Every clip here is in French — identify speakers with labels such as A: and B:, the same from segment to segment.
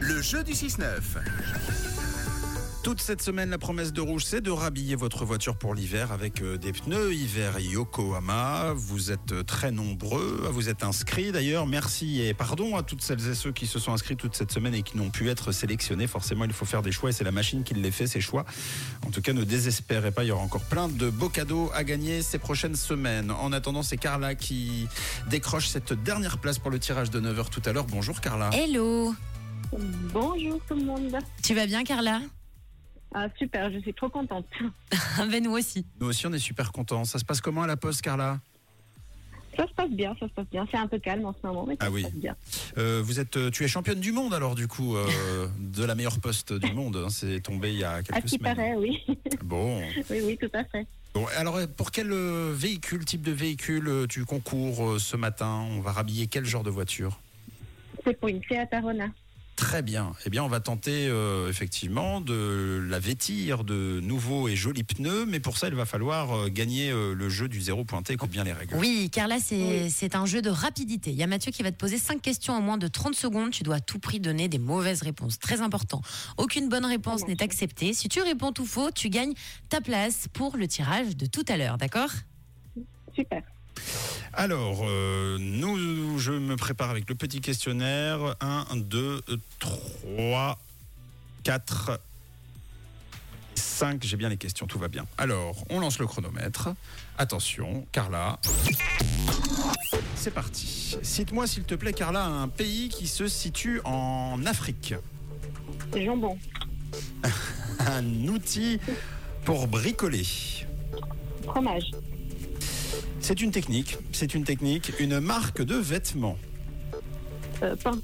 A: Le jeu du 6-9.
B: Toute cette semaine, la promesse de Rouge, c'est de rhabiller votre voiture pour l'hiver avec euh, des pneus hiver Yokohama. Vous êtes euh, très nombreux, vous êtes inscrits d'ailleurs. Merci et pardon à toutes celles et ceux qui se sont inscrits toute cette semaine et qui n'ont pu être sélectionnés. Forcément, il faut faire des choix et c'est la machine qui les fait, ces choix. En tout cas, ne désespérez pas, il y aura encore plein de beaux cadeaux à gagner ces prochaines semaines. En attendant, c'est Carla qui décroche cette dernière place pour le tirage de 9h tout à l'heure. Bonjour Carla.
C: Hello
D: Bonjour tout le monde.
C: Tu vas bien Carla
D: Ah super, je suis trop contente.
C: Ben nous aussi.
B: Nous aussi, on est super contents. Ça se passe comment à la poste, Carla
D: Ça se passe bien, ça se passe bien. C'est un peu calme en ce moment, mais ça
B: Ah
D: se
B: oui.
D: passe bien.
B: Euh, vous êtes, euh, tu es championne du monde alors du coup, euh, de la meilleure poste du monde. hein. C'est tombé il y a quelques
D: À qui
B: semaines.
D: paraît, oui.
B: Bon.
D: oui, oui, tout à fait.
B: Bon, Alors euh, pour quel euh, véhicule, type de véhicule euh, tu concours euh, ce matin On va rhabiller quel genre de voiture
D: C'est pour une Fiat Arona.
B: Très bien. Eh bien, on va tenter euh, effectivement de la vêtir de nouveaux et jolis pneus, mais pour ça, il va falloir euh, gagner euh, le jeu du zéro pointé. Écoute bien les règles.
C: Oui, Carla, c'est c'est un jeu de rapidité. Il y a Mathieu qui va te poser 5 questions en moins de 30 secondes. Tu dois à tout prix donner des mauvaises réponses. Très important. Aucune bonne réponse n'est acceptée. Si tu réponds tout faux, tu gagnes ta place pour le tirage de tout à l'heure, d'accord
D: Super.
B: Alors, euh, nous, je me prépare avec le petit questionnaire. 1, 2, 3, 4, 5. J'ai bien les questions, tout va bien. Alors, on lance le chronomètre. Attention, Carla. C'est parti. Cite-moi, s'il te plaît, Carla, un pays qui se situe en Afrique.
D: Jambon.
B: Un outil pour bricoler.
D: Fromage.
B: C'est une technique, c'est une technique, une marque de vêtements.
D: Euh, pain.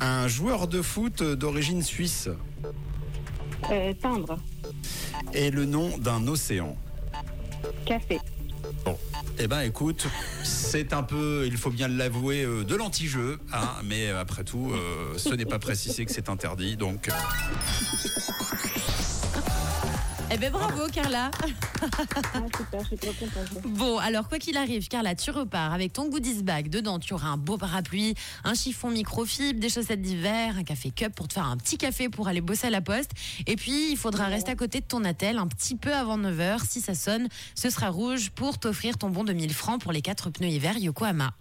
B: Un joueur de foot d'origine suisse.
D: Euh, timbre.
B: et le nom d'un océan.
D: Café.
B: Eh ben écoute, c'est un peu, il faut bien l'avouer, euh, de l'anti-jeu, hein, mais euh, après tout, euh, ce n'est pas précisé que c'est interdit, donc
C: Eh ben bravo, Carla
D: Ah, super, je suis trop contente.
C: Bon, alors quoi qu'il arrive, Carla, tu repars avec ton goodies bag. Dedans, tu auras un beau parapluie, un chiffon microfibre, des chaussettes d'hiver, un café cup pour te faire un petit café pour aller bosser à la poste. Et puis, il faudra rester à côté de ton attel un petit peu avant 9h. Si ça sonne, ce sera rouge pour t'offrir ton bon de 1000 francs pour les 4 pneus hiver Yokohama.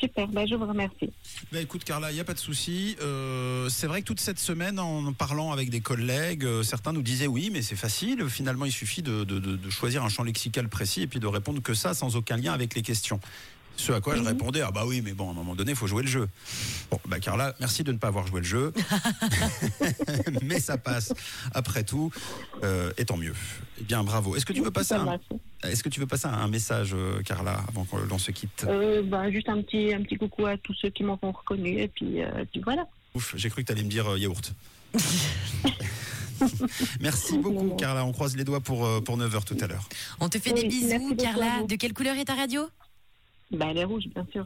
D: Super, bah, je vous remercie.
B: Bah écoute Carla, il n'y a pas de souci. Euh, c'est vrai que toute cette semaine, en parlant avec des collègues, euh, certains nous disaient oui, mais c'est facile. Finalement, il suffit de, de- de- de choisir un champ lexical précis et puis de répondre que ça sans aucun lien avec les questions. Ce à quoi je répondais, ah bah oui, mais bon, à un moment donné, il faut jouer le jeu. Bon, bah Carla, merci de ne pas avoir joué le jeu. mais ça passe, après tout, euh, et tant mieux. Eh bien, bravo. Est-ce que tu veux hein passer un,
D: Merci.
B: est-ce que tu veux passer un message, euh, Carla, avant qu'on l'on se quitte
D: Euh, bah, juste un petit, un petit coucou à tous ceux qui m'auront reconnu. Et puis, euh, et puis voilà.
B: Ouf, j'ai cru que tu allais me dire euh, yaourt. Merci beaucoup,
D: Non.
B: Carla. On croise les doigts pour, euh, pour 9h tout à l'heure.
C: On te fait
D: Oui,
C: des
D: merci
C: bisous,
D: beaucoup à
C: Carla.
D: vous.
C: De quelle couleur est ta radio
D: Bah, les rouges, bien sûr.